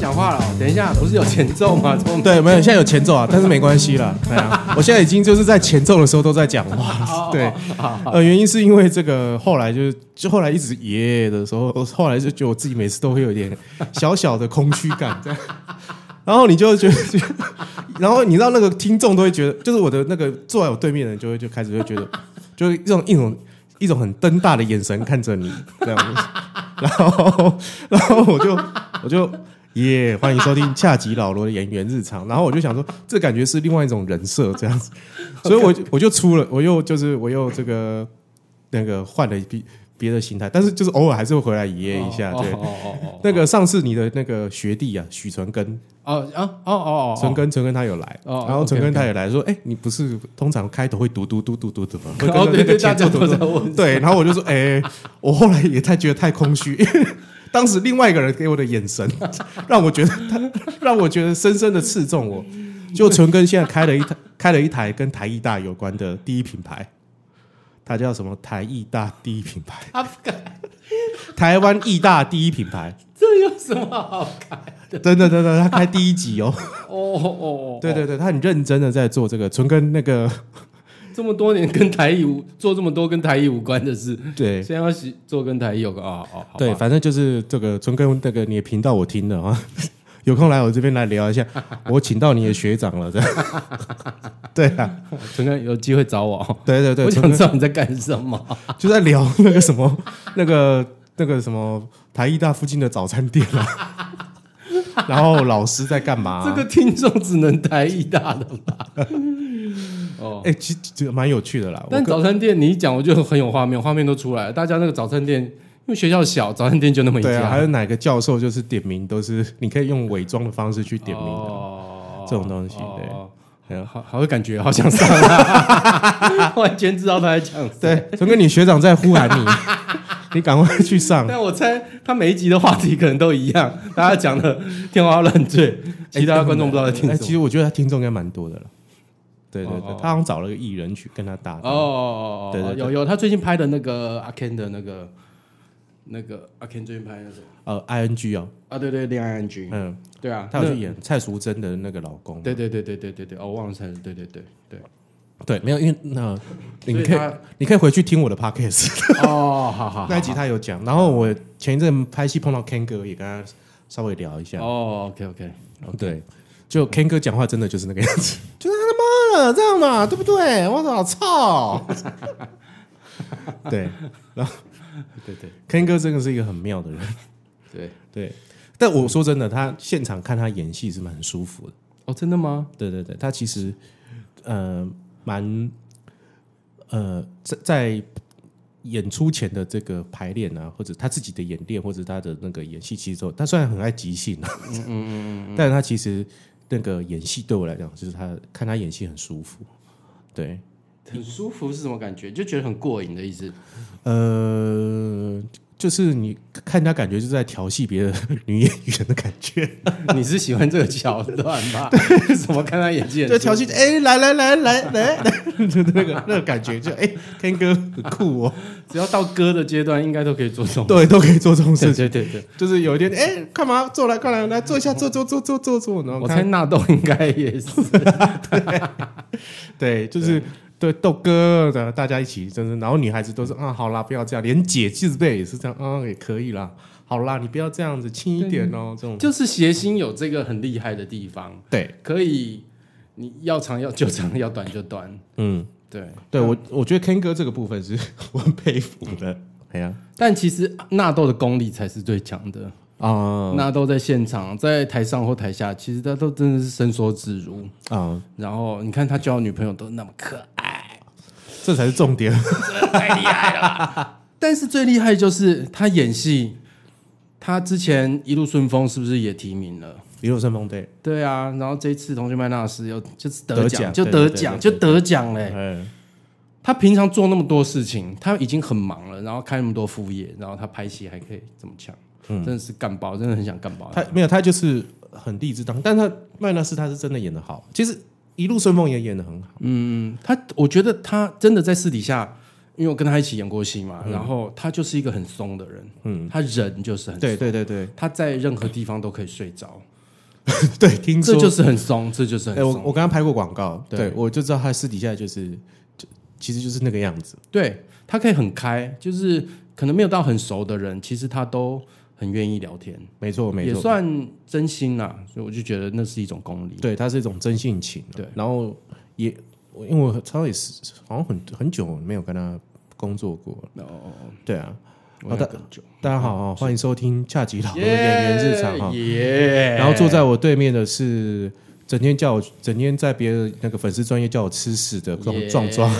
讲话了哦，等一下不是有前奏 吗？怎么对，没有，现在有前奏啊，但是没关系啦。对啊，我现在已经就是在前奏的时候都在讲话。 对，呃，原因是因为这个后来就是就后来一直耶的时候，我后来就觉得我自己每次都会有点小小的空虚感，这样。然后你就觉得， 然后你知道那个听众都会觉得，就是我的那个坐在我对面的人就会就开始就觉得，就是一种一种一种很瞪大的眼神看着你这样子。然后，然后我就 我就耶欢迎收听恰吉老罗的演员日常。然后我就想说，这感觉是另外一种人设这样子，所以我就我就出了，我又就是我又这个那个换了一批别的形态，但是就是偶尔还是会回来耶一下。对哦，哦哦那个上次你的那个学弟啊，许纯根，哦哦啊哦哦哦，纯根纯根他有来，哦然后 OK，纯根他也来说，哎，你不是通常开头会读读读读读读吗？会跟哦对那个对大前家奏读都在读问对，然后我就说，哎，我后来也太觉得太空虚， 因为当时另外一个人给我的眼神， 让我觉得 他让我觉得深深的刺中我。就纯根现在开了一台 开了一台跟台艺大有关的第一品牌，它叫什么？台艺大第一品牌，他不敢，台湾艺大第一品牌，这有什么好看？真的真的，他开第一集哦。哦哦哦，对对对，他很认真的在做这个，纯跟那个这么多年跟台艺无做这么多跟台艺无关的事，对现在要洗做跟台艺有关哦哦，好吧对，，反正就是这个纯跟那个你的频道我听了啊， 有空来我这边来聊 一下，我请到你的学长了，这样对啊，陈哥有机会找我哦，对对对，我纯想跟知道你在干什么。就在聊那个什么那个那个什么台艺大附近的早餐店啊， 然后老师在干嘛 啊、这个听众只能台艺大的吧？哦，哎、其实其实蛮有趣的啦，我但跟早餐店你一讲，我就很有画面，画面都出来了。大家那个早餐店，因为学校小，早餐店就那么一对啊，还家，有哪个教授就是点名都是你可以用伪装的方式去点名的，哦这种东西对哦对啊好好有感觉，好想上啊！ 完全知道他在讲谁，对，陈哥，你学长在呼喊 你，你赶快去上。但我猜他每一集的话题可能都一样，大家讲的天花乱坠，其他观众不知道在听哎什么。其实我觉得他听众应该蛮多的了。对对哦对哦，他好像找了个艺人去跟他搭哦档。哦，哦对对对有有，他最近拍的那个阿 Ken 的那个那个阿 Ken 最近拍的什么？呃，ING 哦，啊，对对，恋爱 NG，嗯，对啊，他有那去演蔡淑珍的那个老公。对对对对对对对，哦，我忘了才是，对对对对，对，没有，因为那所你以可以他你可以回去听我的 podcast 哦，好好， 那一集他有讲。然后我前一阵拍戏碰到 Ken 哥，也跟他稍微聊一下。哦，OK OK，对，就 Ken 哥讲话真的就是那个样子， 就是他妈的这样嘛，对不对？我操，操！ 对对对，Ken 哥真的是一个很妙的人。对，对，但我说真的，他现场看他演戏是蛮舒服的。哦，真的吗？对对对，他其实呃蛮呃在在演出前的这个排练啊，或者他自己的演练，或者他的那个演戏，其实都他虽然很爱即兴啊，嗯 嗯嗯但是他其实那个演戏对我来讲，就是他看他演戏很舒服。对，很舒服是什么感觉？就觉得很过瘾的意思。呃，就是你看他感觉就是在调戏别的 女演员的感觉。 你是喜欢这个桥段 吧？什么看他演技很舒服？就调戏，哎、来来来来来来，就那个那个感觉，就哎、天哥很酷哦，只要到歌的阶段，应该都可以做这种。对，都可以做这种事对情，对对对，就是有一天，哎、干嘛坐来，快来，来坐一下，坐坐坐坐坐坐，然后我猜看，纳豆应该也是。 对，就是对豆哥的，大家一起，真是，然后女孩子都是啊，好啦，不要这样，连姐姐辈也是这样，啊，也可以啦，好啦，你不要这样子，轻一点哦，这种，就是谐星有这个很厉害的地方，对，可以你要长要就长，要短就短。嗯，对，对我我觉得 Ken 哥这个部分是 我很佩服的，哎呀、但其实纳豆的功力才是最强的。啊，啊、纳豆在现场，在台上或台下，其实他都真的是伸缩自如。啊然后你看他交的女朋友都那么可爱，这才是重 点。但是最厉害就是他演戏。他之前一路顺风是不是也提名了？一路顺风对，对啊，然后这一次同学麦纳斯又就是得得奖，奖就对得对奖，就对对得奖嘞。嗯，他平常做那么多事情，他已经很忙了，然后开那么多副业，然后他拍戏还可以这么强，真的是干爆，真的很想干爆。嗯他没有，他就是很励志当，但他麦纳斯他是真的演的好，其实一路顺风也演的很好，嗯，他我觉得他真的在私底下，因为我跟他一起演过戏嘛，然后他就是一个很松的人，嗯，他人就是很松嗯对对对对， 他在任何地方都可以睡着，对，听说这就是很松，这就是很哎，我松。我刚刚拍过广告，对对我就知道他私底下就是，就其实就是那个样子。对他可以很开，就是可能没有到很熟的人，其实他都很愿意聊天，没错，没也错，算真心啦。所以我就觉得那是一种功力。对，他是一种真性情啊。对然后也我因为我超也是好像很很久没有跟他工作过了。哦哦，哦对啊，我要更久。大家好啊，欢迎收听恰吉老的演员日常哈。耶！然后坐在我对面的是整天叫我整天在别人那个粉丝专业叫我吃屎的壮壮壮。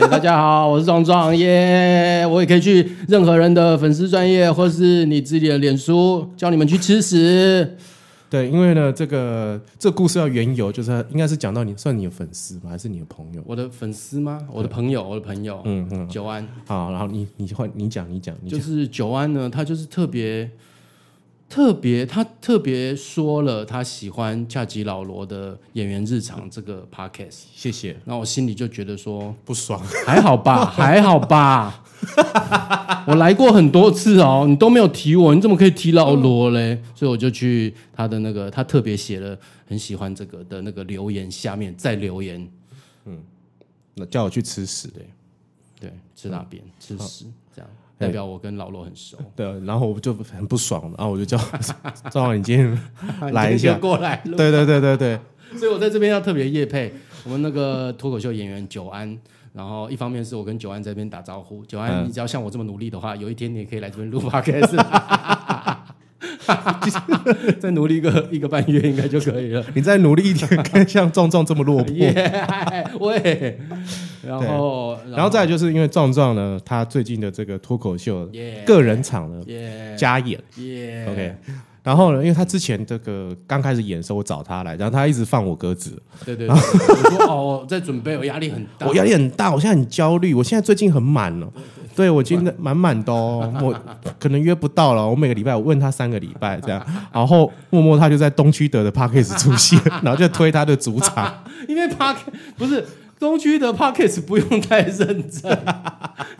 耶 大家好，我是壮壮耶我也可以去任何人的粉丝专业，或是你自己的脸书，叫你们去吃屎。对，因为呢，这个这故事要缘由，就是他应该是讲到你算你的粉丝吗？还是你的朋友？我的粉丝吗？我的朋友，我的朋友，嗯嗯，九安，好，然后你你换你讲你讲你就讲，是九安呢，他就是特别特别，他特别说了他喜欢恰吉老罗的演员日常这个 podcast，谢谢，然后我心里就觉得说，不爽，还好吧，还好吧。我来过很多次哦，你都没有提我，你怎么可以提老罗嘞？所以我就去他的那个，他特别写了很喜欢这个的那个留言下面再留言， 那叫我去吃屎的。对，吃那边吃屎这样，代哎表我跟老罗很熟。对，啊然后我就很不爽，然后我就 叫正好你今 天来一你今天下就，过来录，对对对对对，所以我在这边要特别夜配我们那个脱口秀演员九安。然后一方面是我跟九安这边打招呼，九安，嗯你只要像我这么努力的话，有一天你也可以来这边录 podcast，再努力一个一个半月应该就可 以了。你再努力一点，看像壮壮这么 落魄。耶、 喂，然后然后再来就是因为壮壮呢，他最近的这个脱口秀耶个人场呢耶加演耶，OK。然后呢，因为他之前这个刚开始演的时候，我找他来，然后他一直放我鸽子，对对对，我说哦，我在准备，我压力很大，我压力很大，我现在很焦虑，我现在最近很满 了，对我今天满满的哦，我 可能约不到了，我每个礼拜我问他三个礼拜这样，然后默默他就在东区德的 p a c k a s 出现，然后就推他的 主场，因为 p o c k 不是东区的 p o c k e t 不用太认真，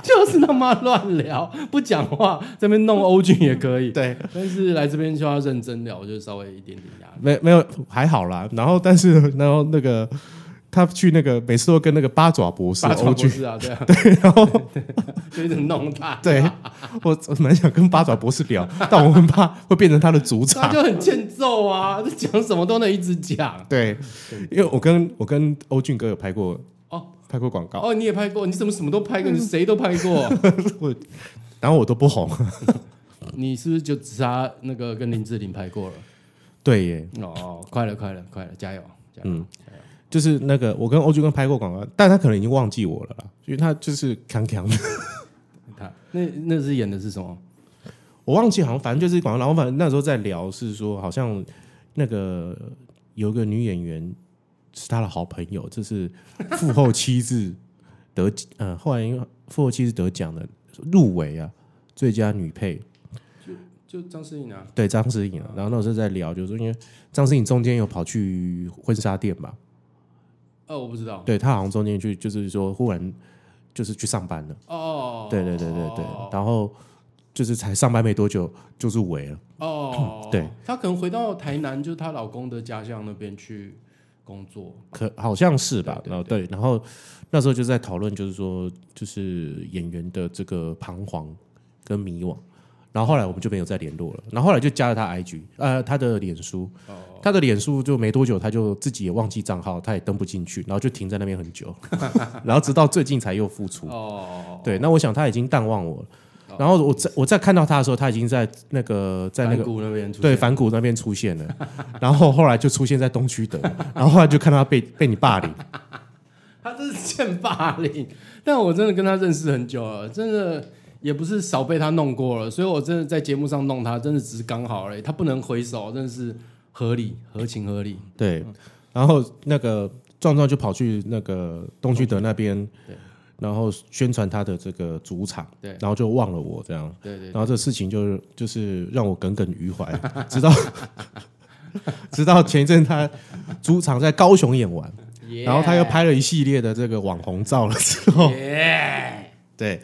就是他妈乱聊，不讲话，这边弄欧俊也可以。对，但是来这边就要认真聊，就是稍微一点点压力。没没有还好啦，然后但是然后那个他去那个每次都跟那个八爪博士八爪欧博剧，士啊，对啊，然后就一直弄他，对我我蛮想跟八爪博士聊，但我很怕会变成他的主场他。就很欠揍啊，他讲什么都能一直讲。对，因为我跟我跟欧俊哥有拍过哦拍过广告，哦，你也拍过，你怎么什么都拍过？你嗯谁都拍过？ 然后我都不红。 你是不是就只差那个跟林志玲拍过了？对耶，哦，快了，快了，快了，加油！加嗯油！就是那个我跟欧俊哥拍过广告，但他可能已经忘记我了啦，因为他就是康康的， 他那那是演的是什么？我忘记好像反正就是广告，然后反正那时候在聊是说好像那个有个女演员是他的好朋友，这是父后妻子得呃后来因为父后妻子得奖的入围啊最佳女配，就张诗颖啊，对张诗颖啊，然后那时候在聊，就是因为张诗颖中间有跑去婚纱店吧，哦，我不知道。对她好像中间去就是说忽然就是去上班了，哦，对对对对对，哦然后就是才上班没多久就入围了，哦， 对，她可能回到台南，就是她老公的家乡那边去工作。可好像是吧？对对然后对，然后那时候就在讨论，就是说就是演员的这个彷徨跟迷惘。然后后来我们就没有再联络了。然后后来就加了他 IG，呃，他的脸书，哦，他的脸书就没多久，他就自己也忘记账号，他也登不进去，然后就停在那边很 久，然后直到最近才又复出。哦，对，那我想他已经淡忘我哦了。然后我在我在看到他的时候，他已经在那个在那反个谷那边出对现，反骨那边出现了， 然后后来就出现在东区德， 然后后来就看到他被被你霸凌。他这是欠霸凌。 但我真的跟他认识很久了，真的也不是少被他弄过了，所以我真的在节目上弄他，真的只是刚好而已，他不能回首，真的是合理、合情合理。对，然后那个壮壮就跑去那个东区德那边对，然后宣传他的这个主场，对然后就忘了我这样。对对然后这事情就是就是让我耿耿于怀，直到 直到前一阵他主场在高雄演完，耶然后他又拍了一系列的这个网红照了之后，耶对，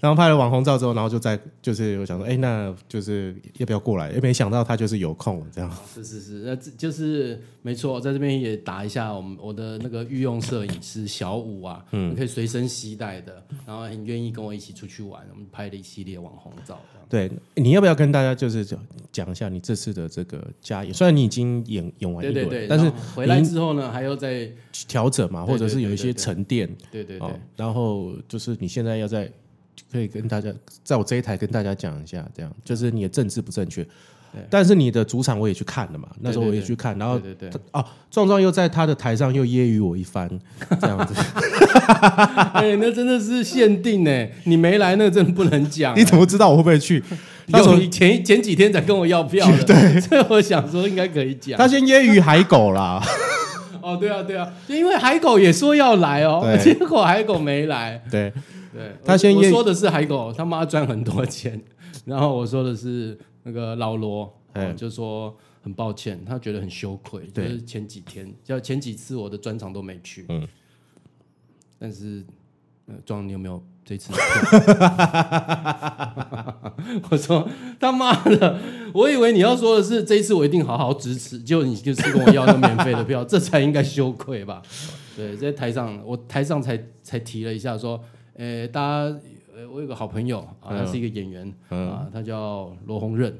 然后拍了网红照之后，然后就在就是我想说，哎，那就是要不要过来？也没想到他就是有空这样。啊是是是，那这就是没错，在这边也打一下我们我的那个御用摄影师小五啊，嗯，可以随身携带的，然后很愿意跟我一起出去玩，我们拍了一系列网红照这样。对，你要不要跟大家就是讲一下你这次的这个加演？虽然你已经演演完对一对轮，对，但是然后回来之后呢，还要再调整嘛，对或者是有一对些对对沉淀对对哦对，。然后就是你现在要在可以跟大家在我这一台跟大家讲一下，这样就是你的政治不正确对。但是你的主场我也去看了嘛，那时候对我对也去看，然后对对对，哦，壮壮又在他的台上又揶揄我一番，这样子，哎、那真的是限定呢、你没来那个真的不能讲、你怎么知道我会不会去？那时候有你前前几天才跟我要票 的，对，所以我想说应该可以讲他。先揶揄海狗啦，哦，对啊，对啊，就因为海狗也说要来哦，结对果海狗没来。对，对，我他先我验说的是海狗他妈赚很多钱，然后我说的是那个老罗，哎我就说很抱歉，他觉得很羞愧，就对是前几天，要前几次我的专场都没去，嗯嗯，但是呃，庄你有没有这 次？ 我说他妈的，我以为你要说的是这一次我一定好好支持，结果你就是跟我要那免费的票，这才应该羞愧吧？对，在台上我台上才才提了一下说，呃，大家。呃，我有个好朋友啊，他是一个演员、啊，他叫罗红任，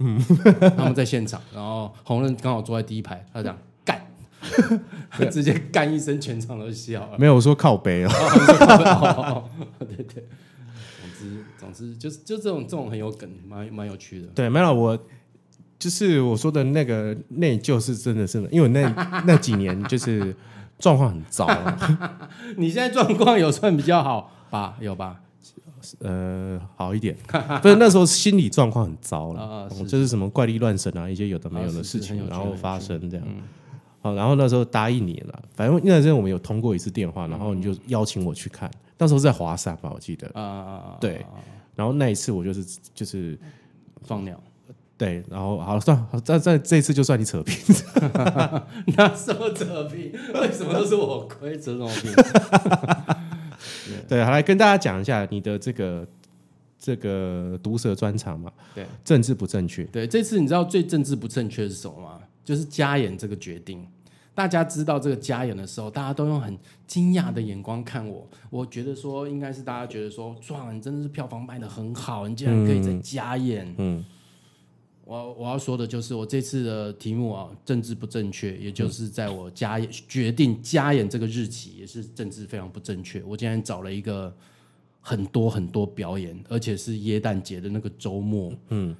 他们在现场，然后红任刚好坐在第一排，他讲干， 他直接干一声，全场都笑了。 没有我说靠北哦， 哦对对，总之总之就是就这种这种很有梗，蛮蛮有趣的。对，没有我。就是我说的那个内疚是真的，真的，因为我那那几年就是状况很糟，啊你现在状况有算比较好吧？有吧？呃，好 一点，不是那时候心理状况很糟了，啊是嗯就是什么怪力乱神啊，一些有的没有啊的是是事很有情，趣然很后有发趣生这样。好，然后那时候答应你了，反正那时候我们有通过一次电嗯话，然后你就邀请我去看，那时候在华山吧，我记得。啊、对，然后那一次我就是就是放鸟。 对，然后好算好，这这这一次就算你扯平，那什么扯皮？为什么都是我亏？扯什么皮？ 对，好来跟大家讲一下你的这个这个毒舌专场嘛，对，政治不正确，对，这次你知道最政治不正确是什么吗？就是加演这个决定。大家知道这个加演的时候，大家都用很惊讶的眼光看我。我觉得说，应该是大家觉得说，壮，你真的是票房卖的很好，你竟然可以在加演。嗯，我我要说的就是，我这次的题目啊，政治不正确，也就是在我加演决定加演这个日期，也是政治非常不正确。我今天找了一个很多很多表演，而且是耶诞节的那个周末，嗯，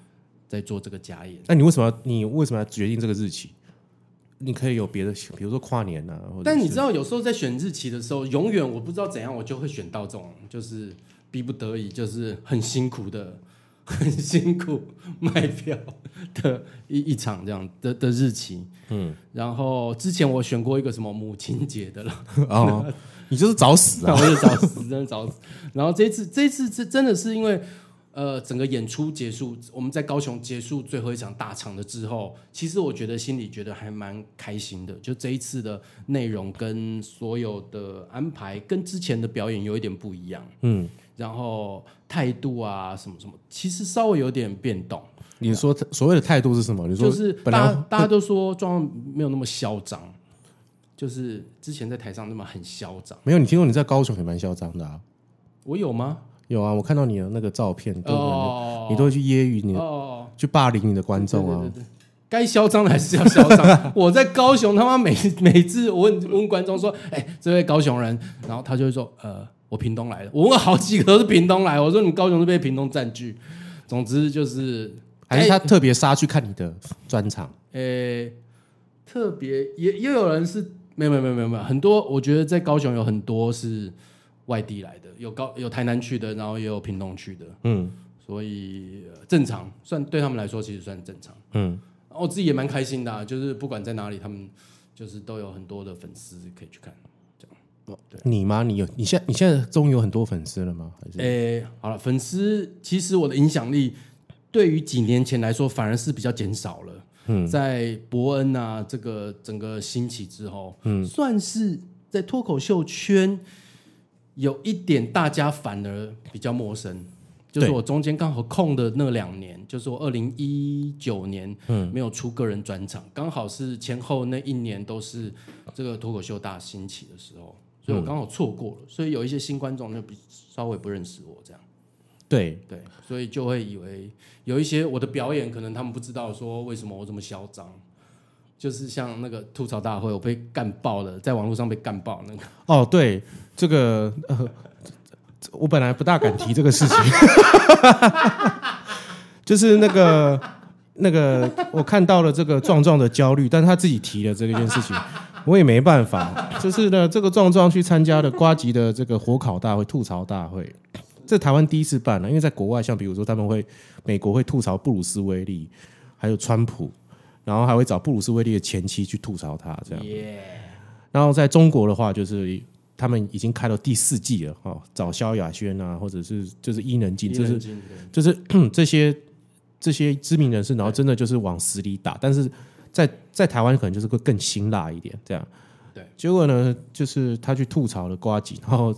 在做这个加演。那你为什么要你为什么要决定这个日期？你可以有别的，比如说跨年啊，或者但你是知道，有时候在选日期的时候，永远我不知道怎样，我就会选到这种，就是逼不得已，就是很辛苦的、 很辛苦卖票的一一场这样的的日期。嗯，然后之前我选过一个什么母亲节的了， 哦，你就是找死那啊！我就找 死，真的找死。然后这次，这次是真的是因为。呃，整个演出结束，我们在高雄结束最后一场大场的之后，其实我觉得心里觉得还蛮开心的。就这一次的内容跟所有的安排，跟之前的表演有一点不一样，嗯，然后态度啊什么什么，其实稍微有点变动。你说所谓的态度是什么？你说就是本大来家大家都说状况没有那么嚣张，就是之前在台上那么很嚣张，没有，你听说你在高雄也蛮嚣张的啊？我有吗？有啊，我看到你的那个照片，对不哦对？你都会去揶揄你的，哦。去霸凌你的观众啊对。对对对该嚣张的还是要嚣 张。我在高雄，他妈每每次我问问观众说：“哎、这位高雄人。”然后他就会说：“呃，我屏东来的。”我问好几个都是屏东来，我说你高雄是被屏东占据。总之就是，还哎是他特别杀去看你的专场，呃、特别也也有人是没有没有没有没有没有很多，我觉得在高雄有很多是外地来的，有高有台南去的，然后也有屏东去的，嗯所以、呃正常算对他们来说其实算正常。嗯，然后我自己也蛮开心的、啊，就是不管在哪里，他们就是都有很多的粉丝可以去看。你吗？你有？你现你现在终于有很多粉丝了吗？还是诶、好了，粉丝其实我的影响力对于几年前来说反而是比较减少了。嗯，在伯恩啊这个整个兴起之后，嗯，算是在脱口秀圈有一点大家反而比较陌生，就是对我中间刚好空的那两年，就是我二零一九年嗯没有出个人专场，刚好是前后那一年都是这个脱口秀大兴起的时候，所以我刚好错过了，所以有一些新观众就比稍微不认识我这样。对，对，所以就会以为有一些我的表演，可能他们不知道说为什么我这么嚣张，就是像那个吐槽大会，我被干爆了，在网络上被干爆那个，哦，对，这个呃，这我本来不大敢提这个事情， 就是那个那个，我看到了这个壮壮的焦虑，但他自己提了这件事情，我也没办法。就是呢，这个壮壮去参加了瓜吉的这个火烤大会、吐槽大会，这台湾第一次办了，因为在国外，像比如说他们会美国会吐槽布鲁斯威利，还有川普。然后还会找布鲁斯威利的前妻去吐槽他，这样。耶、然后在中国的话，就是他们已经开到第四季了哦，找萧亚轩啊，或者是就是伊能静，一就是人敬对就是嗯这些这些知名人士，然后真的就是往死里打，但是在在台湾可能就是会更辛辣一点这样。对，结果呢，就是他去吐槽了瓜吉，然后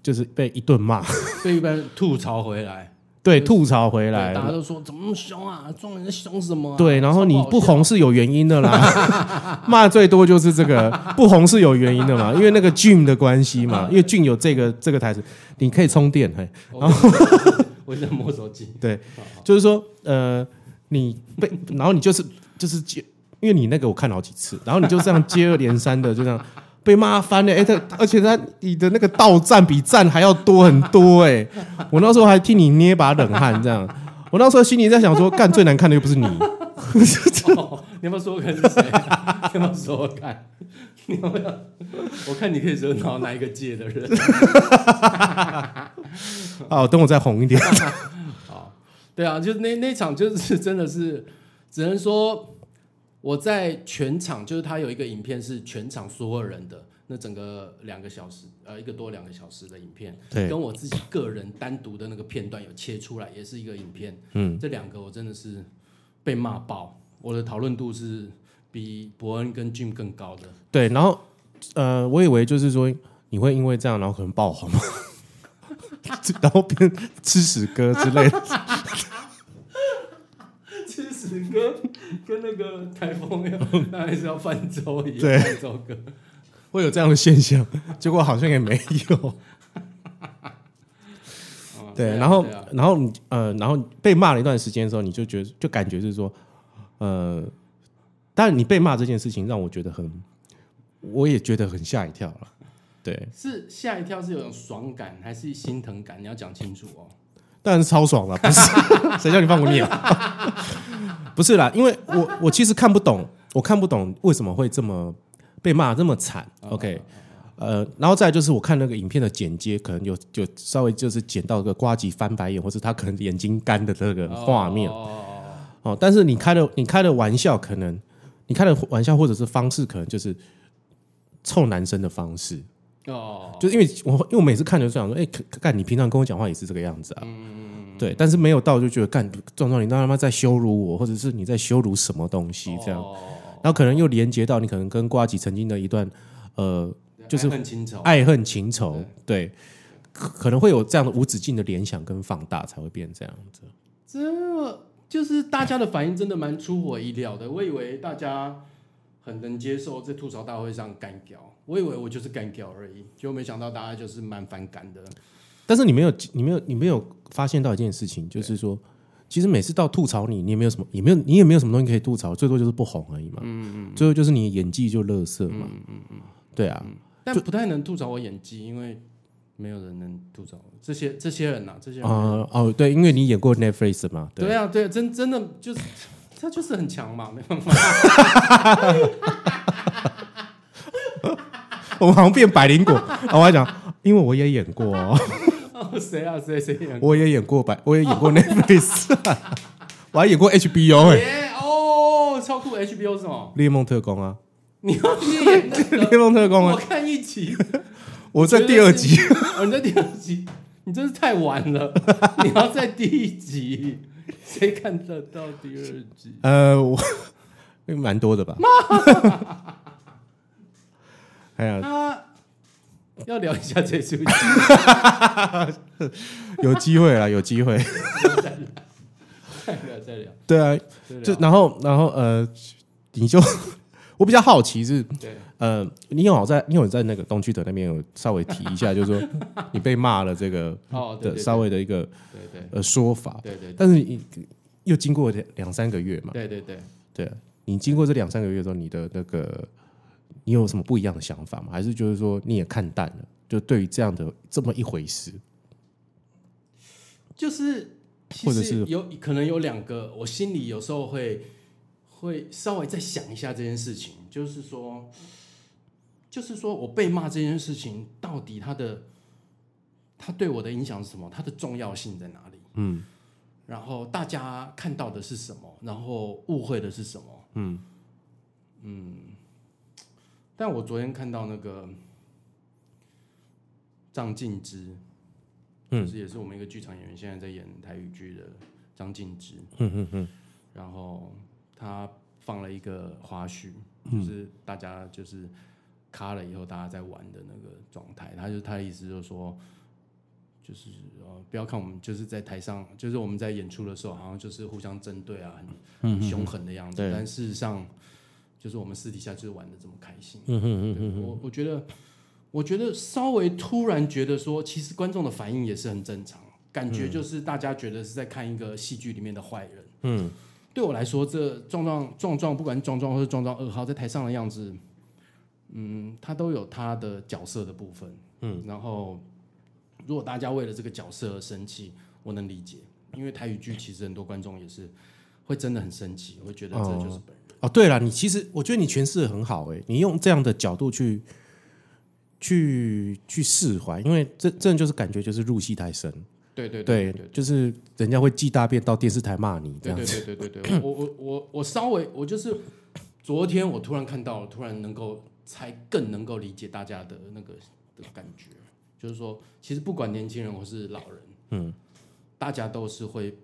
就是被一顿骂， 被一般人吐槽回来，对，吐槽回对来，大家都说怎么那么凶啊，撞人家凶什么啊、对，然后你超好不笑，红是有原因的啦， 骂最多就是这个不红是有原因的嘛，因为那个 Jim 的关系嘛，因为 Jim 有这个这个台词，你可以充电，嘿，我在摸手机，对，就是说呃，你被，然后你就是就是接，因为你那个我看了好几次，然后你就这样接二连三的就这样被骂翻了，哎、他而且他你的那个到站比站还要多很多、哎，我那时候还替你捏把冷汗，这样，我那时候心里在想说，干最难看的又不是你。哦你要不要说我看是谁？ 你要不要说我看？你要不要？我看你可以惹恼哪一个界的人？哦，等我再红一点。对啊，就那那场就是真的是，只能说我在全场，就是他有一个影片是全场所有人的，那整个两个小时呃一个多两个小时的影片，对，跟我自己个人单独的那个片段有切出来，也是一个影片。嗯，这两个我真的是被骂爆，我的讨论度是比伯恩跟 Jim 更高 的。对，然后呃，我以为就是说你会因为这样，然后可能爆红， 然后变吃屎哥之类的。吃屎哥跟那个台风一样， 那还是要泛舟一对样，泛舟哥。会有这样的现象，结果好像也没有。啊 对，啊然后对啊然后你呃，然后被骂了一段时间之后，你就觉得就感觉是说，呃，但你被骂这件事情让我觉得很，我也觉得很吓一跳了。对，是吓一跳，是有种爽感，还是心疼感？你要讲清楚哦。当然是超爽了，不是？谁叫你放过你啊？ 不是啦，因为我我其实看不懂，我看不懂为什么会这么被骂这么惨。OK，呃，然后再来就是我看那个影片的剪接，可能有就稍微就是剪到个瓜吉翻白眼，或者他可能眼睛干的那个画面哦，哦。但是你开的你开的玩笑，可能你开的玩笑或者是方式，可能就是臭男生的方式。哦，就是因为我因为我每次看就想说，哎、可干你平常跟我讲话也是这个样子啊，对，但是没有到就觉得干壮壮你他妈在羞辱我，或者是你在羞辱什么东西这样，哦，然后可能又连接到你可能跟瓜吉曾经的一段呃就是很清楚。爱恨情仇，对，可可能会有这样的无止境的联想跟放大，才会变这样子。就是大家的反应真的蛮出乎我意料的，我以为大家很能接受在吐槽大会上干掉，我以为我就是干掉而已，结果没想到大家就是蛮反感的。但是你没有你没有你没有发现到一件事情，就是说。其实每次到吐槽你，你也没有什么，也没有，你也没有什么东西可以吐槽，最多就是不红而已嘛。嗯嗯。最后就是你的演技就乐色嘛。嗯嗯对啊，但不太能吐槽我演技，因为没有人能吐槽我这些这些人呐、这些人。啊、哦，对，因为你演过 Netflix 嘛，对。对啊，对啊，真真的就是 他就是很强嘛，没办法。 我们好像变百灵果。啊我还讲，因为我也演过、 哦，哦谁啊谁谁演我也演过百，我也演过 Netflix，我还演过 HBO 哎、耶哦，超酷！HBO 是什么？猎梦特工啊，你要去演那个？ 猎梦特工我啊，看一集，我在第二集，哦，你在第二集，你真是太晚了，你要在第一集，谁看得到第二集？呃，我 蛮多的吧。哎呀，他要聊一下这出戏。有机会啦，有机会。 再聊，再聊，对啊，再聊就然后然后呃，你就 我比较好奇是对，呃，你有在你有在那个东区的那边有稍微提一下，就是说你被骂了这个哦，对的对，稍微的一个对对呃说法，对对对但是你又经过两两三个月嘛，对对对，对啊，你经过这两三个月之后，你的那个你有什么不一样的想法吗？还是就是说你也看淡了？就对于这样的这么一回事，就是其或者实是有可能有两个，我心里有时候会会稍微再想一下这件事情，就是说，就是说我被骂这件事情到底它的它对我的影响是什么，它的重要性在哪里？嗯，然后大家看到的是什么，然后误会的是什么？嗯嗯，但我昨天看到那个张静之。嗯就是也是我们一个剧场演员，现在在演台语剧的张静之。嗯然后他放了一个花絮，就嗯是大家就是卡了以后大家在玩的那个状态。他就他的意思就是说，就是呃不要看我们就是在台上，就是我们在演出的时候好像就是互相针对啊，很很凶狠的样子，嗯对但事实上就是我们私底下就是玩的这么开心。嗯哼对我我觉得，我觉得稍微突然觉得说，其实观众的反应也是很正常，感觉就是大家觉得是在看一个戏剧里面的坏人。嗯，对我来说，这壮壮壮壮，不管壮壮或是壮壮二号在台上的样子，嗯，他都有他的角色的部分。嗯，然后如果大家为了这个角色而生气，我能理解，因为台语剧其实很多观众也是会真的很生气，会觉得这就是本人。哦，对了，你其实我觉得你诠释的很好诶、欸你用这样的角度去去去释怀，因为这这就是感觉就是入戏太深，对对对，对就是人家会记大便到电视台骂你这对样对子，对对对对，我我我我稍微我就是昨天我突然看到了，突然能够才更能够理解大家的那个的感觉，就是说，其实不管年轻人或是老人，嗯，大家都是会，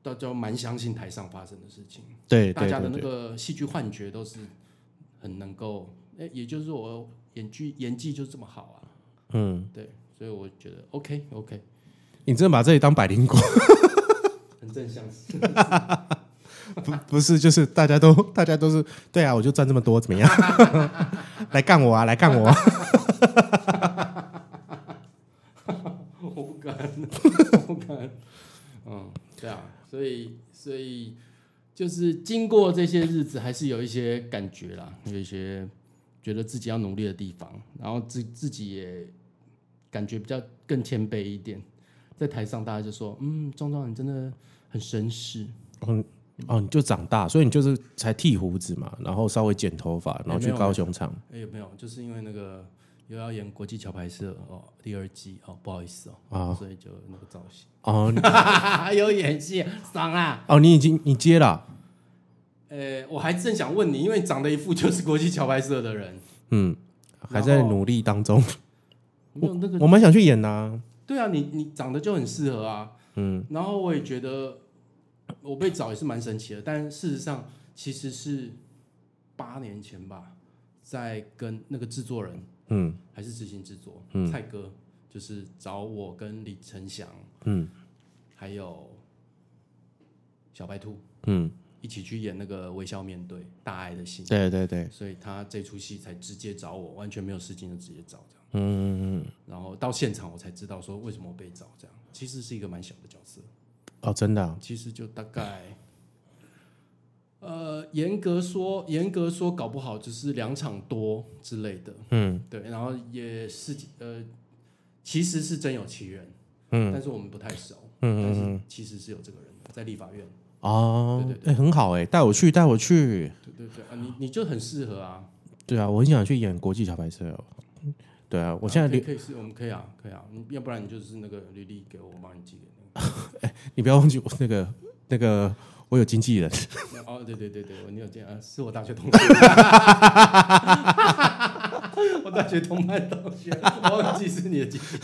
大家蛮相信台上发生的事情，对对大家的那对对，个戏剧幻觉都是很能够，哎，也就是我演剧演技就这么好啊，嗯，对，所以我觉得 OK OK，你真的把这里当百灵果，很正向，不不是，就是大家都大家都是对啊，我就赚这么多怎么样？ 来干我啊，来干我、啊！ 我不敢，我不敢。嗯，对啊，所以所以就是经过这些日子，还是有一些感觉啦，有一些觉得自己要努力的地方，然后自自己也感觉比较更谦卑一点。在台上，大家就说：“嗯，壮壮，你真的很绅士。哦，你就长大，所以你就是才剃胡子嘛，然后稍微剪头发，然后去高雄场。哎，有没有？就是因为那个又要演国际桥牌社哦，第二季哦，不好意思哦，啊所以就那个造型，哦你 有演戏，爽啊！哦，你已经你接了啊、呃，我还正想问你，因为你长得一副就是国际桥牌社的人，嗯，还在努力当中。没有那个我蛮想去演的、啊，对啊，你你长得就很适合啊，嗯，然后我也觉得我被找也是蛮神奇的，但事实上其实是八年前吧，在跟那个制作人，嗯，还是执行制作，嗯，蔡哥就是找我跟李承祥，嗯，还有小白兔嗯，一起去演那个微笑面对大爱的心。对对对，所以他这出戏才直接找我，完全没有试镜就直接找这样。嗯，然后到现场我才知道说为什么我被找这样，其实是一个蛮小的角色，哦，真的啊、其实就大概，呃，严格说严格说搞不好就是两场多之类的，嗯，对，然后也是呃，其实是真有其人，嗯，但是我们不太熟，嗯但是其实是有这个人的在立法院，哦，对哎、很好哎、带我去，带我去。对对对啊，你你就很适合啊，对啊，我很想去演国际小白车哦。对啊，我现在啊可以留可以是，我们可以啊，可以啊，你要不然你就是那个履历给我，我帮你寄给你。你不要忘记我那个那个，我有经纪人。哦，对对对对，我你有见啊，是我大学同学， 我大学同班同学，我忘记是你的经验，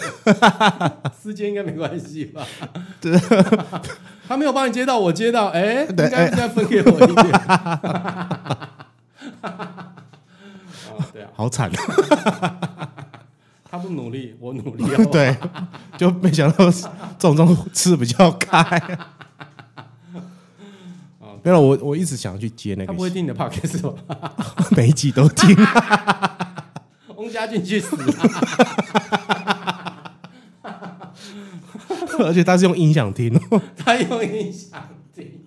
私间应该没关系吧？对，他没有帮你接到，我接到，哎，应对该再分给我一点。 哦，对啊，好惨，。他不努力，我努力 哦对，就没想到这种东西吃得比较 开。没有，我我一直想去接那哦他个不，会听你的 podcast 哦吧？ 每一集都听。翁家俊去死！而且他是用音响 听，哦 他用音响听，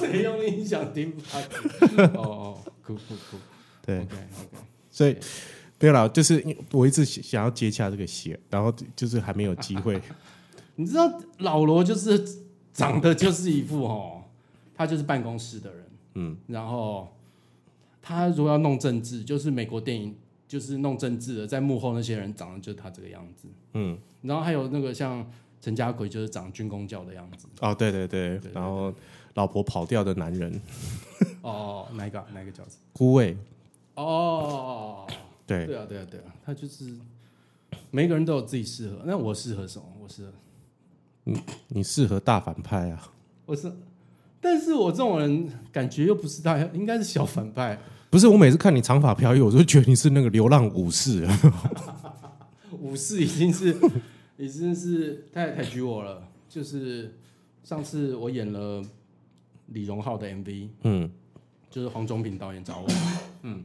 谁用音响听 podcast？哦哦，酷酷酷对， ，OK OK。所以没有啦，就是因为我一直想要接洽这个鞋，然后就是还没有机 会。你知道老罗就是长得就是一副哦，他就是办公室的人，嗯，然后他如果要弄政治，就是美国电影就是弄政治的，在幕后那些人长得就是他这个样子，嗯，然后还有那个像陈家奎就是长军工教的样子，哦，对对对，对然后老婆跑掉的男人，哦，哪一个啊哪一个角色？孤味，哦哦哦，哦哦对，对啊对啊对啊，他就是每个人都有自己适合，那我适合什么？我适合你适合大反派啊，我是，但是我这种人感觉又不是大，应该是小反派。不是？我每次看你长发飘逸，我就觉得你是那个流浪武士啊。武士已经是已经是太抬举我了。就是上次我演了李荣浩的 MV，嗯，就是黄忠平导演 找我，嗯，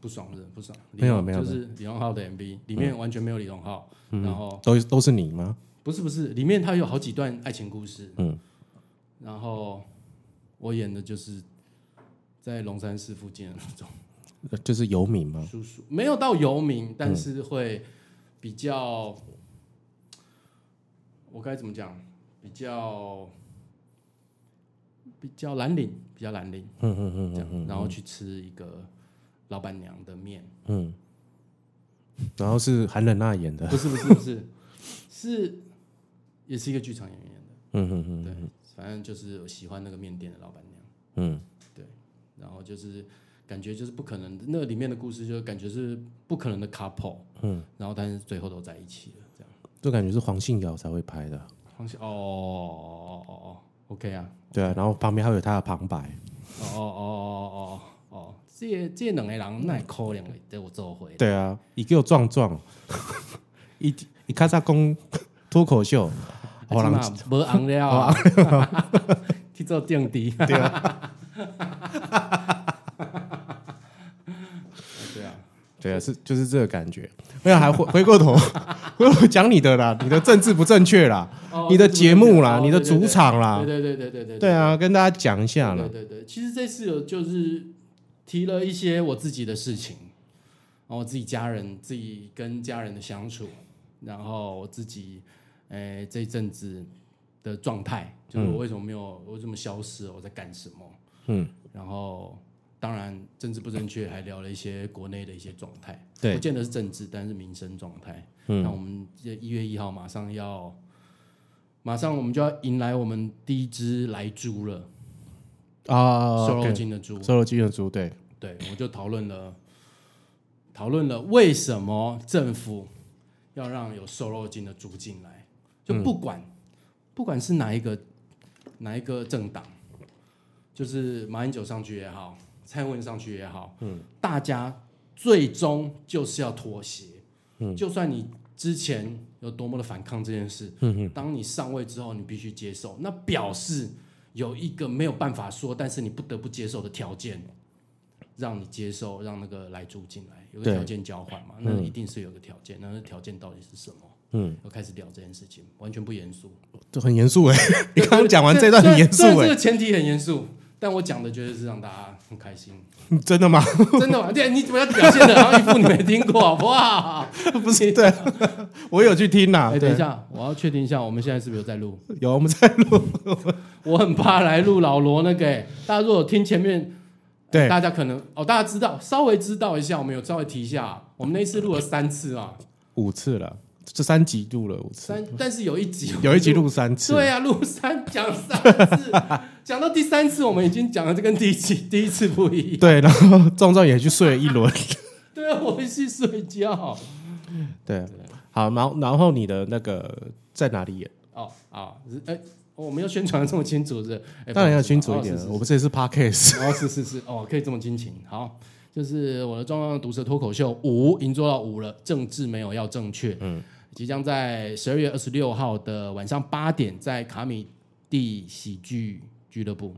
不爽是不爽，没有李没有嗯就是李荣浩的 MV 里面完全没有李荣浩，然后都都是你吗？不是不是，里面他有好几段爱情故事，嗯，然后我演的就是在龙山寺附近的那种。就是游民吗？叔叔，没有到游民，但是会比较，我该怎么讲？比较比较蓝领，比较蓝领，嗯嗯嗯这样，然后去吃一个老板娘的面，嗯。然后是韩冷娜演的，不是不是不是，是也是一个剧场演员的，嗯嗯嗯对，反正就是我喜欢那个面店的老板娘，嗯，然后就是感觉就是不可能，那里面的故事就是感觉是不可能的 couple，嗯，然后但是最后都在一起了，这样。就感觉是黄信尧才会拍的，方向哦哦哦哦，OK 啊，对啊。然后旁边还有他的旁白，哦哦哦哦哦哦，这这两个人那可能会对我做回，对啊，伊叫壮壮， 伊伊卡萨讲脱口秀，我我人人啊无红了 啊， 去做政敌，对啊，对啊，对啊，是就是这个感觉。没有，还回回过头， 回过头讲你的啦，你的政治不正确啦， 哦你的节目啦，哦你的主场啦对，对对对对对对啊，跟大家讲一下啦对。对对，其实这次有就是提了一些我自己的事情，然后我自己家人、自己跟家人的相处，然后我自己，诶、这一阵子的状态，就是我为什么没有，我怎么消失了，我在干什么？嗯，然后当然政治不正确，还聊了一些国内的一些状态，对嗯不见得是政治，但是民生状态。那我们这一月一号马上要，马上我们就要迎来我们第一只来猪了。啊，瘦肉 OK，精的猪。瘦肉精的猪，对，对，我就讨论了，讨论了为什么政府要让有瘦肉精的猪进来，就不管、不管是哪一个哪一个政党，就是马英九上去也好，蔡英文上去也好，嗯，大家最终就是要妥协，嗯，就算你。之前有多么的反抗这件事，嗯、当你上位之后，你必须接受，那表示有一个没有办法说，但是你不得不接受的条件，让你接受，让那个来住进来，有个对条件交换嘛，那一定是有个条件，那那条件到底是什么？嗯，又开始聊这件事情，完全不严肃。就很严肃哎。 你 刚刚讲完这段虽然很严肃虽然这哎，个前提很严肃，但我讲的绝对是让大家很开心， 真的吗？真的吗？对，你怎么要表现的好像一副你没听过，好不好？不是，对啊，我有去听啦哎、。等一对，下，我要确定一下，我们现在是不是有在录？有我们在录，我很怕来录老罗那个、哎大家如果有听前面对大家可能哦，大家知道稍微知道一下，我们有稍微提一下，我们那一次录了三次啊，五次了，这三集录了五次，三，但是有一集嗯有一集录三次，对啊，录三讲三次，讲到第三次，我们已经讲了，这跟第一期第一次不一样。对，然后壮壮也去睡了一 轮。对啊，我去睡觉。对，好，然后然后你的那个在哪里演？哦啊，是哎、我们要宣传得这么 清楚是不是？哎当然要清楚一点不好意思了，我们这里是 podcast，哦，是是是，哦，可以这么亲情。好，就是我的状况毒舌脱口秀五已经做到五了，政治没有要正确。嗯，即将在十二月二十六号的晚上八点，在卡米蒂喜剧俱乐部，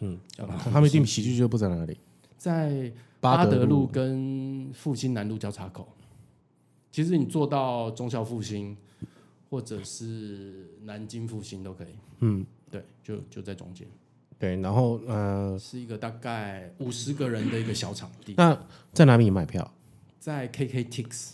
嗯哦他们一定喜剧俱乐部在哪里？在巴巴德路德路跟复兴南路交叉口。其实你坐到中校复兴，或者是南京复兴都可以。嗯，对，就就在中间，对，然后呃，是一个大概五十个人的一个小场地，那在哪里买票？在 KKTix，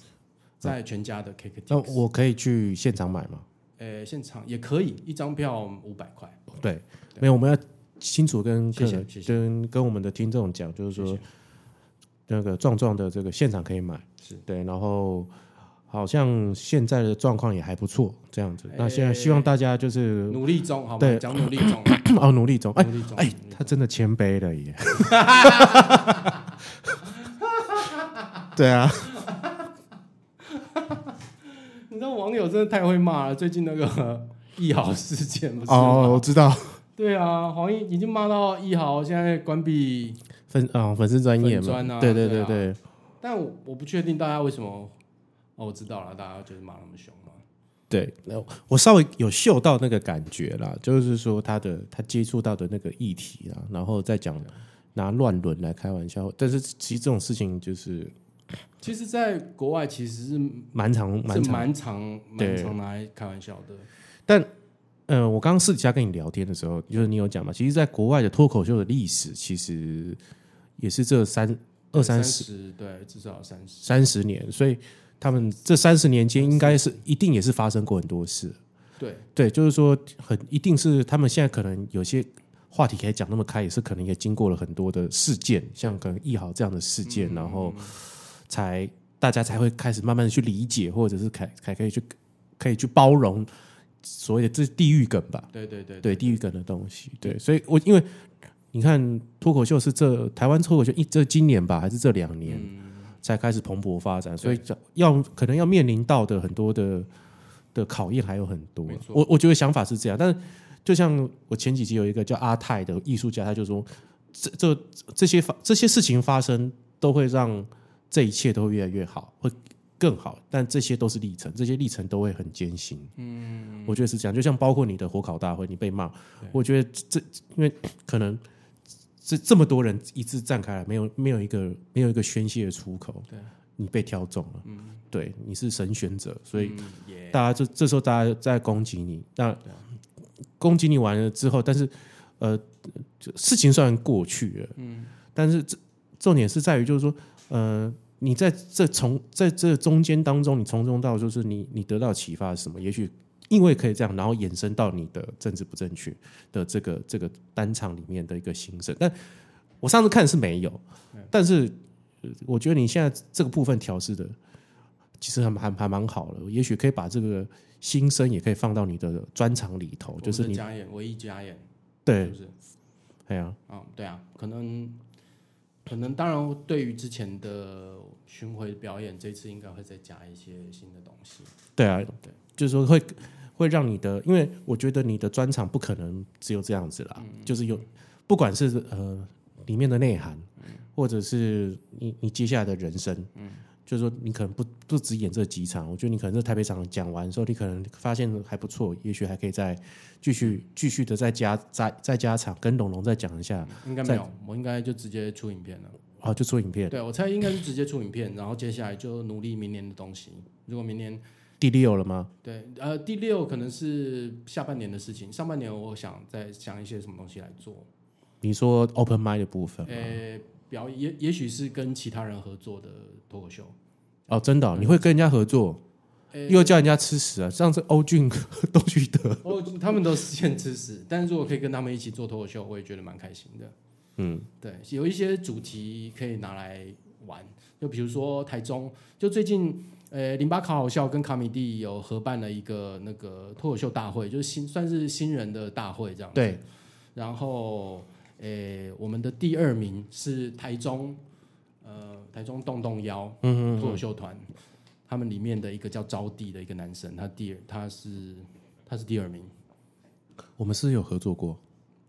在全家的 KKTix。那我可以去现场买吗？呃，现场也可以，一张票五百块。对，没有，我们要清楚跟客人、谢谢谢谢跟跟我们的听众讲，就是说那个壮壮的这个现场可以买，是对，然后好像现在的状况也还不错，这样子。那哎现在希望大家就是努力中，好吗呃对？讲努力中， 哦，努力 中，哎努力中。哎，他真的谦卑了耶。 对啊，你知道网友真的太会骂了，最近那个 易豪事件不是吗？哦，我知道，对啊，黄奕已经骂到易豪现在关闭，粉啊粉丝专业粉专嘛，啊对对对对啊对，但我我不确定大家为什么。哦，我知道了，大家就是骂那么凶嘛。对，那我稍微有嗅到那个感觉啦，就是说他的他接触到的那个议题啦，然后再讲拿乱伦来开玩笑，但是其实这种事情就是其实，在国外其实是蛮常蛮是常。蛮常蛮对常拿来开玩笑的。呃，我刚刚私底下跟你聊天的时候，就是你有讲嘛，其实，在国外的脱口秀的历史其实也是这三二三十十，对，至少有三十。三十年，所以他们这三十年间应该是一定也是发生过很多事。对，对，就是说很一定是他们现在可能有些话题可以讲那么开，也是可能也经过了很多的事件，像可能易豪这样的事件，然后嗯才大家才会开始慢慢的去理解，或者是才才可以去可以去包容所谓的这是地域梗吧，对对对对地域梗的东西，对，所以我因为你看脱口秀是这台湾脱口秀一这今年吧，还是这两年、嗯才开始蓬勃发展，所以要可能要面临到的很多的的考验还有很多没。错我我觉得想法是这样，但是就像我前几集有一个叫阿泰的艺术家，他就说这这这些发这些事情发生都会让这一切都会越来越好，会更好，但这些都是历程，这些历程都会很艰辛。嗯，我觉得是这样，就像包括你的火烤大会，你被骂，我觉得这因为可能这这么多人一致站开来，没有没有一个没有一个宣泄的出口，对，你被挑中了，嗯，对，你是神选者，所以嗯也大家这这时候大家在攻击你，那攻击你完了之后，但是呃，就事情虽然过去了，嗯，但是这重点是在于就是说，呃，你在这从在这中间当中，你从中到就是你你得到启发是什么？也许因为可以这样，然后延伸到你的政治不正确的这个这个单场里面的一个心声。但我上次看是没有，但是呃我觉得你现在这个部分调试的其实还蛮还还蛮好的，也许可以把这个心声也可以放到你的专场里头，就我嗯是们你的家宴，唯一家宴，是对不，是？哎呀、嗯，对啊，可能可能当然对于之前的巡回表演，这次应该会再加一些新的东西。对啊，就是说会会让你的，因为我觉得你的专场不可能只有这样子啦，就是有不管是呃里面的内涵，或者是你你接下来的人生，嗯，就是说你可能不不只演这几场，我觉得你可能在台北场讲完之后，你可能发现还不错，也许还可以再继续继续的再加再再加场，跟龙龙再讲一下，应该没有，我应该就直接出影片了。啊，就做影片对，我猜应该是直接出影片，然后接下来就努力明年的东西。如果明年第六了吗？对，呃，第六可能是下半年的事情，上半年我想再想一些什么东西来做。你说 open m i d 的部分吗，呃，表演也也许是跟其他人合作的脱口秀，哦，真的哦、嗯你会跟人家合作，又叫人家吃屎啊！上次欧 俊都去得，哦，他们都是限知识， 但是如果可以跟他们一起做脱口秀，我也觉得蛮开心的。嗯，对，有一些主题可以拿来玩，就比如说台中，就最近呃零八考好笑跟卡米蒂有合办了一个那个脱口秀大会，就是新算是新人的大会这样。对，然后呃我们的第二名是台中，呃台中洞洞幺，嗯脱口秀团，他们里面的一个叫招娣的一个男生，他第二，他是他是第二名，我们是有合作过，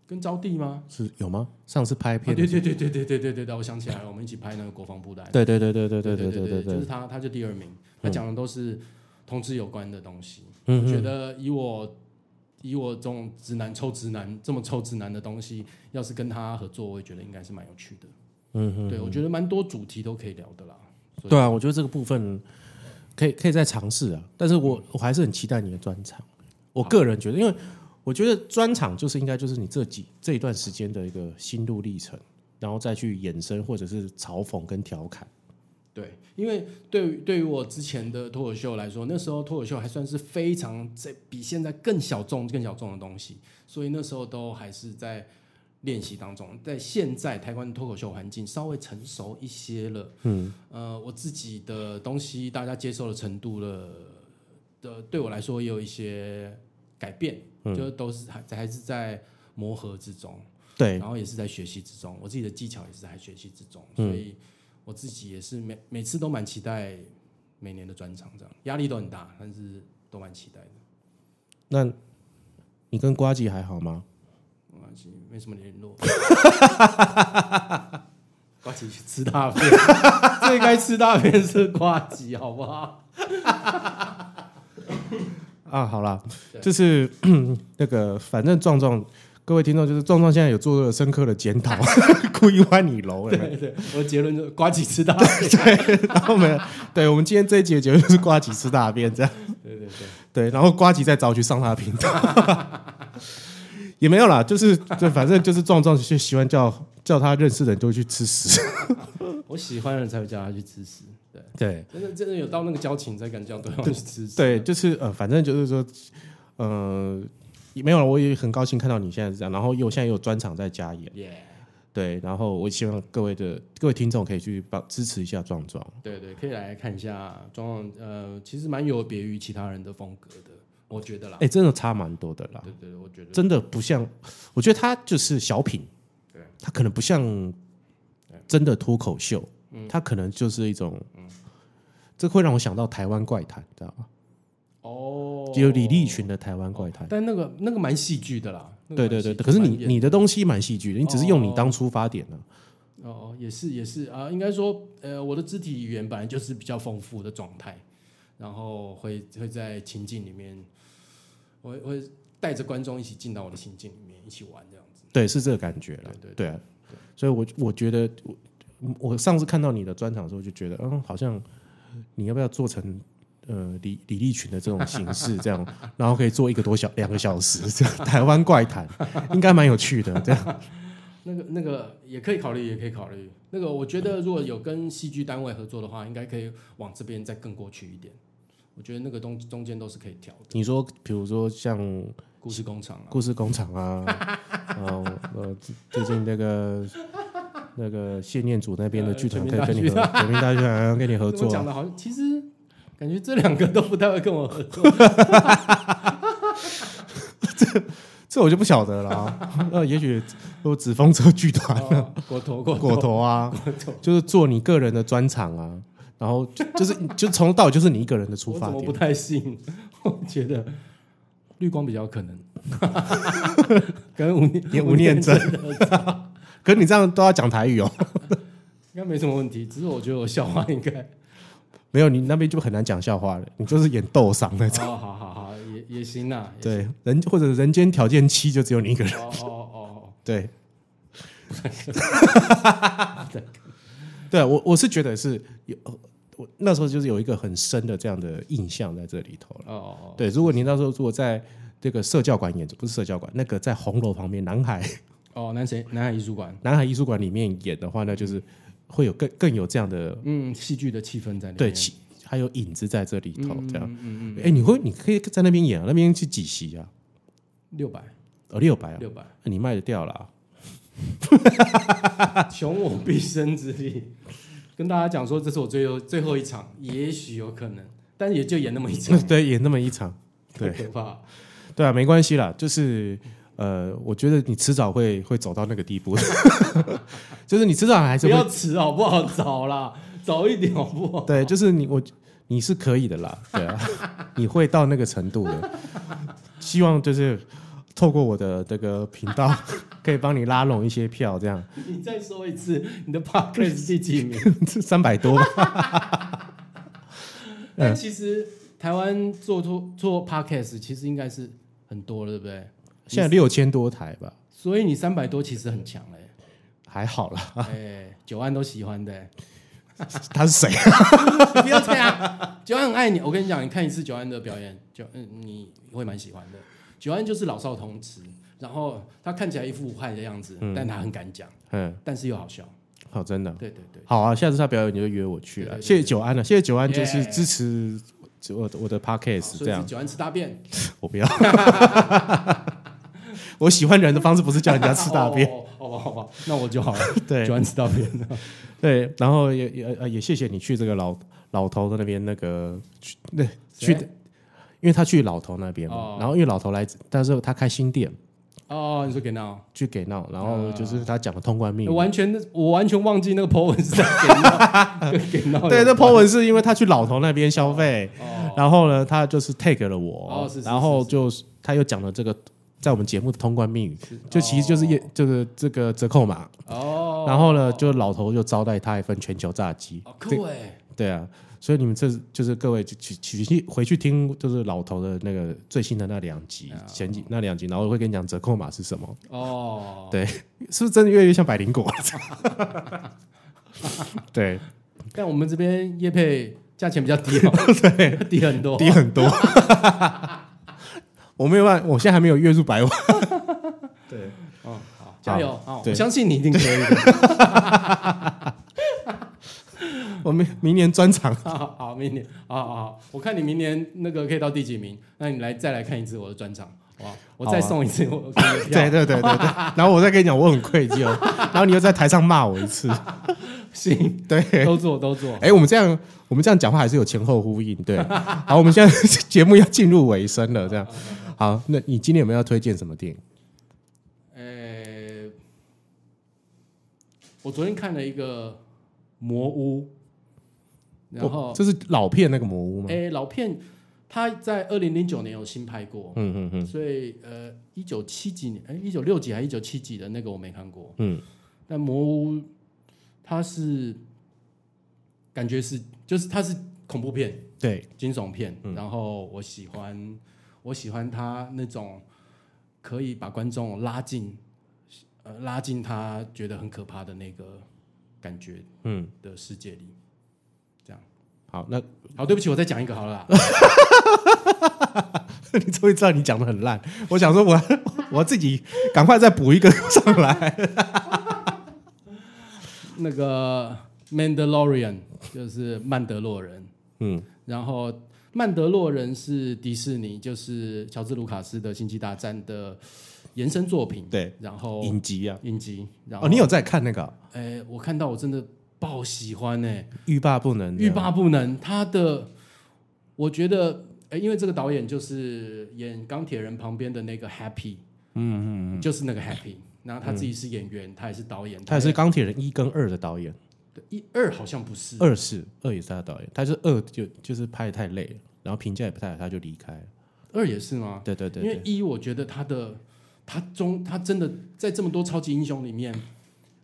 跟招娣吗？是有吗？上次拍啊对片，对对对对对对对对，我想起来了，我们一起拍那个国防部的案子，啊对对对对对对对对对对对就是对，他，他就第二名，他讲的都是同志有关的东西。嗯我觉得以我以我这种直男臭直男这么臭直男的东西，要是跟他合作，我也觉得应该是蛮有趣的。嗯对我觉得蛮多主题都可以聊的啦。哼，对啊，我觉得这个部分可以可以再尝试啊，但是我我还是很期待你的专场。我个人觉得，因为我觉得专场就是应该就是你这几这一段时间的一个心路历程，然后再去衍生或者是嘲讽跟调侃。对，因为对于对于我之前的脱口秀来说，那时候脱口秀还算是非常在比现在更小众、更小众的东西，所以那时候都还是在练习当中。在现在台湾的脱口秀环境稍微成熟一些了，嗯，呃，我自己的东西大家接受的程度了的，对我来说也有一些改变，就都是还还是在磨合之中。对，然后也是在学习之中，我自己的技巧也是在学习之中，所以我自己也是每每次都蛮期待每年的专场这样，压力都很大，但是都蛮期待的，那你跟瓜吉还好吗？没关系，没什么联络。 瓜吉去吃大便， 最该吃大便是瓜吉，好不好？啊，好啦，对就是 那个，反正壮壮，各位听众，就是壮壮现在有做了深刻的检讨， 故意歪你楼，有没对有对，我的结论就是瓜吉吃大 便。然后我们，对我们今天这一节节目就是瓜吉吃大便这样，对对对，对，然后瓜吉再找我去上他的频道， 也没有啦，就是对，反正就是壮壮就喜欢叫叫他认识的人都会去吃屎， 我喜欢的人才会叫他去吃屎，对，对，真的真的有到那个交情才敢叫对方去吃屎。对，就是呃，反正就是说，呃，也没有了，我也很高兴看到你现在是这样，然后又现在又有专场在加演，耶对，然后我希望各位的各位听众可以去帮支持一下壮壮，对对，可以来看一下装呃，其实蛮有别于其他人的风格的，我觉得啦。哎、真的差蛮多的啦，对对对，我觉得真的不像，我觉得他就是小品，对，他可能不像真的脱口秀，嗯他可能就是一种，这会让我想到台湾怪谈，你知道吗？哦，有李立群的台湾怪谈。但那个那个蛮戏剧的啦。那个对对蛮对，戏剧可是蛮你演你的东西蛮戏剧的，你只是用你哦当出发点呢、哦哦也是也是啊、应该说呃，我的肢体语言本来就是比较丰富的状态，然后会会在情境里面，我会会带着观众一起进到我的情境里面一起玩这样子。对，是这个感觉了。对对对啊，所以我我觉得我我上次看到你的专场的时候，就觉得嗯，好像你要不要做成呃李李立群的这种形式，这样，然后可以做一个多小 两个小时，这样 台湾怪谈应该蛮有趣的。这样，那个那个也可以考虑，也可以考虑。那个我觉得如果有跟戏剧单位合作的话，应该可以往这边再更过去一点。我觉得那个东中间都是可以调的，你说，比如说像故事工厂啊，故事工厂啊，然后呃，最近那个。那个谢念祖那边的剧团可以跟你合，全民大剧团跟你合怎作么讲啊，的好像其实感觉这两个都不太会跟我合作。这我就不晓得了啊。 那也许有紫风车剧团哦过头过果头，头啊，就是做你个人的专场啊，然后就就是就从头到尾就是你一个人的出我发怎么不点。太信？我觉得绿光比较可能， 跟吴念念吴念真的可是你这样都要讲台语哦， 应该没什么问题，只是我觉得 我笑话应该没有你那边就很难讲笑话了，你就是演斗嗓 那种。哦，好好好，也也行啦。也对，人或者人间条件七就只有你一个人。哦哦哦哦。对， 对我我是觉得是有我那时候就是有一个很深的这样的印象在这里头了。哦，对，如果你那时候如果在这个社教馆演出，不是社教馆，那个在红楼旁边南海哦，南谁南海艺术馆，南海艺术馆里面演的话，那就是会有更更有这样的嗯，戏剧的气氛在里面。对，其还有影子在这里头这样。嗯嗯嗯，哎、你会你可以在那边演啊，那边去几席啊？六百哦，六百啊，六百，你卖得掉啊 啦、，穷我毕生之力，跟大家讲说这是我最后最后一场，也许有可能，但也就演那么一场 对，演那么一场，太对可怕。对啊，没关系啦，就是。呃，我觉得你迟早会会走到那个地步， 就是你迟早还是不会要迟好不好？早啦，早一点好不好？对，就是你我你 是可以的啦，对啊，你会到那个程度的。希望就是透过我的这个频道，可以帮你拉拢一些票，这样你再说一次，你的 podcast 第几 名？三百多 吧。嗯但其实台湾做做做 podcast 其实应该是很多了，对不对？现在六千多台吧，所以你三百多其实很强 嘞、还好啦。 哎、九安都喜欢的、他是谁？啊你不要这样，九安很爱你。我跟你讲，你看一次九安的表演，九嗯你会蛮喜欢的。九安就是老少通吃，然后他看起来一副无害的样子，但他很敢讲， 嗯，但是又好笑。好，真的。对对对，好啊，下次他表演你就约我去对了。对对谢谢九安了，啊谢谢九安， Yeah 就是支持我的我的好 podcast 所以这是样。九安吃大便，我不要， 我喜欢人的方式不是叫人家吃大便。哦哦哦 哦哦，那我就好了。对九安吃大便了，对，然后也也呃也谢谢你去这个老老头的那边那个去那去谁，因为他去老头那边嘛，哦然后因为老头来，但是他开新店哦，你说给闹，去给闹，然后就是他讲的通关密语。完全我完全忘记那个 po 文是在给闹，跟给闹有对，那关 po 文是因为他去老头那边消费，哦，然后呢，他就是 take 了我，哦是是然后就是他又讲了这个在我们节目的通关密语，是就其实就是也、就是这个折扣码，哦，然后呢，就老头就招待他一份全球炸鸡，好酷哎，对啊，所以你们这就是各位就去去去回去听，就是老头的那个最新的那两集，哦前几那两集，然后我会跟你讲折扣码是什么，哦，对，是不是真的越来越像百灵果 了？对，但我们这边叶配价钱比较低、哦，对，低很多。低很多。 我没有办法，我现在还没有月入百万。对，嗯，好，加油！好，我对相信你一定可以 的。我明明年专场好，好，明年，好好好，我看你明年那个可以到第几名？那你来再来看一次我的专场，哇！我再好啊送一次我给你的 票，对对对对对，然后我再跟你讲，我很愧疚，然后你又在台上骂我一次。 行，对，都做都做。 哎，我们这样我们这样讲话还是有前后呼应。对， 好，我们现在节目要进入尾声了，这 样。好，那你今天有没有要推荐什么电影？呃，我昨天看了一个《魔屋》，然后我哦这是老片那个魔屋吗？哎、老片他在二零零九年有新拍过，嗯嗯嗯，所以呃，一九七几年，哎、1一九六几还一九七几的那个我没看过，嗯，但魔屋它是感觉是就是它是恐怖片、对，惊悚片，嗯然后我喜欢我喜欢它那种可以把观众拉进呃拉进他觉得很可怕的那个感觉嗯，的世界里，这样。好，那好，对不起，我再讲一个好了啦。 你终于知道你讲的很烂。我想说我， 我自己赶快再补一个上来。那个《Mandalorian》就是曼德洛人，嗯，然后《曼德洛人》是迪士尼，就是乔治卢卡斯的《星际大战》的延伸作品， 对，然后影集啊。影集，然后哦，你有在看那个啊哎，我看到我真的爆喜欢哎、欲罢不能？欲罢不能。他的，我觉得，哎，因为这个导演就是演钢铁人旁边的那个 Happy，嗯嗯，就是那个 Happy，然后他自己是演员，他也是导演，他也是钢铁人一跟二的导演，一二好像不是，二是二也是他的导演，他是二就就是拍的太累了，然后评价也不太好，他就离开了。二也是吗？对对对因为对，一，我觉得他的他中他真的在这么多超级英雄里面，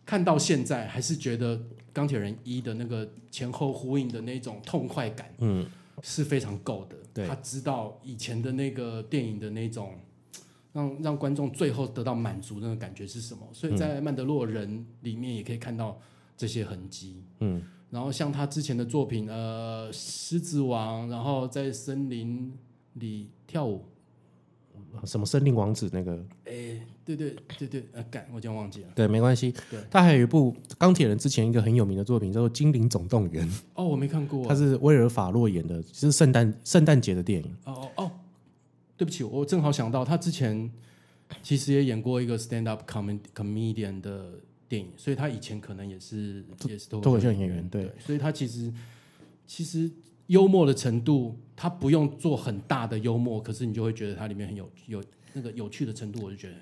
看到现在还是觉得钢铁人一的那个前后呼应的那种痛快感嗯，是非常够的。对他知道以前的那个电影的那种让让观众最后得到满足那个感觉是什么，所以在《曼德洛人》里面也可以看到这些痕迹。嗯，然后像他之前的作品，呃，《狮子王》，然后在森林里跳舞。什么森林王子那个，对对对对，呃，干，我竟然忘记了。对，没关系对。他还有一部钢铁人之前一个很有名的作品叫做《精灵总动员》，哦，我没看过。他是威尔法洛演的，是圣诞圣诞节的电影。哦哦哦，对不起，我正好想到，他之前其实也演过一个 stand up comedy comedian 的电影，所以他以前可能也是也是脱脱口秀演员对对，所以他其实其实幽默的程度，他不用做很大的幽默，可是你就会觉得它里面很有有那个有趣的程度，我就觉得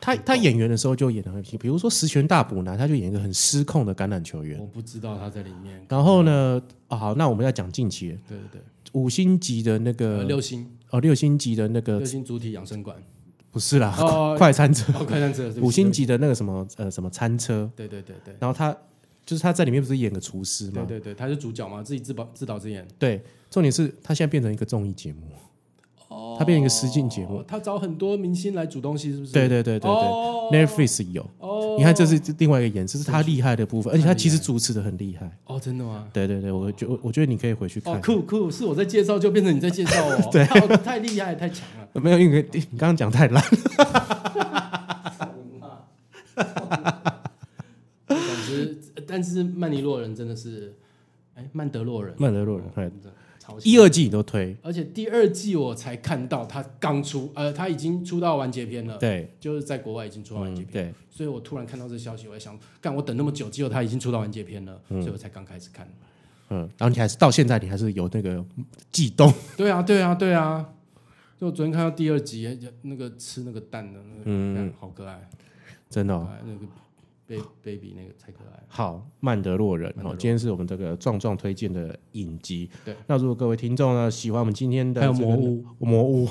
他他演员的时候就演的很平，比如说《十全大补男》，他就演一个很失控的橄榄球员。我不知道他在里面。然后呢，啊、好，那我们要讲近期的对对对，五星级的那个呃，六星哦，六星级的那个六星主体养生馆，不是啦，哦 快餐车，哦，快餐车五星，级的那个什么呃什么餐车，对不起对对对然后他就是他在里面不是演个厨师对吗对？对对，他是主角嘛，自己自导自导自演。对，重点是他现在变成一个综艺节目，哦它变成一个实境节目他找很多明星来煮东西，是不是？对对对对对哦，Netflix 有，哦，你看这是另外一个演，这是他厉害的部分，而且他太厉害其实主持的很厉害。哦，真的吗？对对对，我觉我我觉得你可以回去哦，看。酷酷，是我在介绍，就变成你在介绍我， 对靠，太厉害，太强了。没有，因为你刚刚讲太烂，总之，但是曼尼洛人真的是，哎，曼德洛人，哦曼德洛人，对真的超一二，二季你都推，而且第二季我才看到他刚出，呃，他已经出到完结篇了，对，就是在国外已经出到嗯完结嗯篇，对，所以我突然看到这消息，我在想，干，我等那么久，结果他已经出到完结篇了，所以我才刚开始看。嗯，然后你还是到现在你还是有那个悸动，对啊，对啊，对啊。就我昨天看到第二集，那个吃那个蛋的，那个、嗯，好可爱，真的好哦、可爱那个 ba- baby 那个才可爱。好，曼德洛人曼德洛哦，人今天是我们这个壮壮推荐的影集。对，那如果各位听众呢喜欢我们今天的还有这个魔屋，魔屋，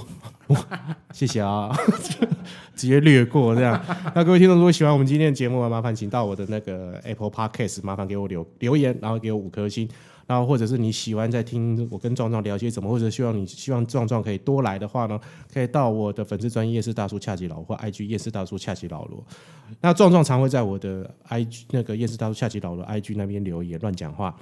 谢谢啊， 直接略过这样。那各位听众如果喜欢我们今天的节目啊，麻烦请到我的那个 Apple Podcast，麻烦给我留留言，然后给我五颗星。然后或者是你喜欢在听我跟壮壮聊些什么，或者希望你希望壮壮可以多来的话呢，可以到我的粉丝专业夜市大叔恰吉老罗或 IG 夜市大叔恰吉老罗。那壮壮常会在我的 IG 那个夜市大叔恰吉老罗 IG 那边留言乱讲话。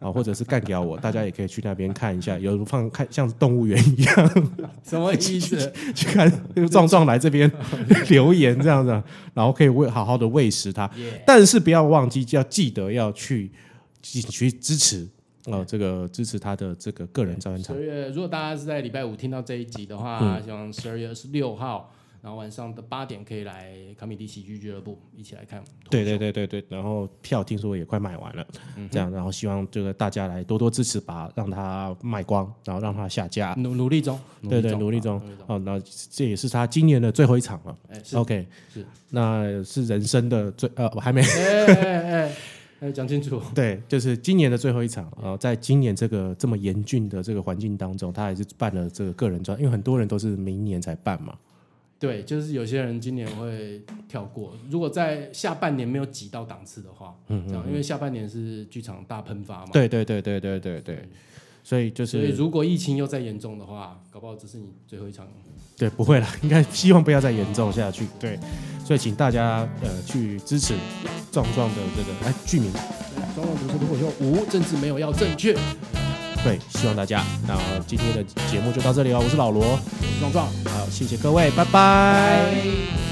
啊，或者是干掉我，大家也可以去那边看一下，有如放看像动物园一样什么意 思？ 去看那个壮壮来这 边留言这样子，然后可以喂好好的喂食它，耶、但是不要忘记，要记得要去去去支持哦、这个支持他的这个个人照片十场嗯二。月，如果大家是在礼拜五听到这一集的话，希望十二月二十六号，然后晚上的八点可以来卡米蒂喜剧俱乐部一起来看。对对对对对，然后票听说也快卖完了，这样，然后希望这个大家来多多支持吧，让它卖光，然后让它下架。努努力中，对对，努力中努力中。。哦，那这也是他今年的最后一场了。哎，是， OK，是那是人生的最呃，我还没 哎哎哎哎，讲清楚。对，就是今年的最后一场，然后在今年这个这么严峻的这个环境当中，他还是办了这个个人专，因为很多人都是明年才办嘛。对，就是有些人今年会跳过，如果在下半年没有挤到档次的话，嗯这样，因为下半年是剧场大喷发嘛，对对对对对对对，所以就所以是如果疫情又再严重的话，搞不好这是你最后一场。对不会了，应该希望不要再严重下去。对，所以请大家呃去支持壮壮的这个哎剧名，中文读书脱口秀无政治没有要正确，对，希望大家。那今天的节目就到这里哦，我是老罗，壮壮，好，谢谢各位，拜拜拜拜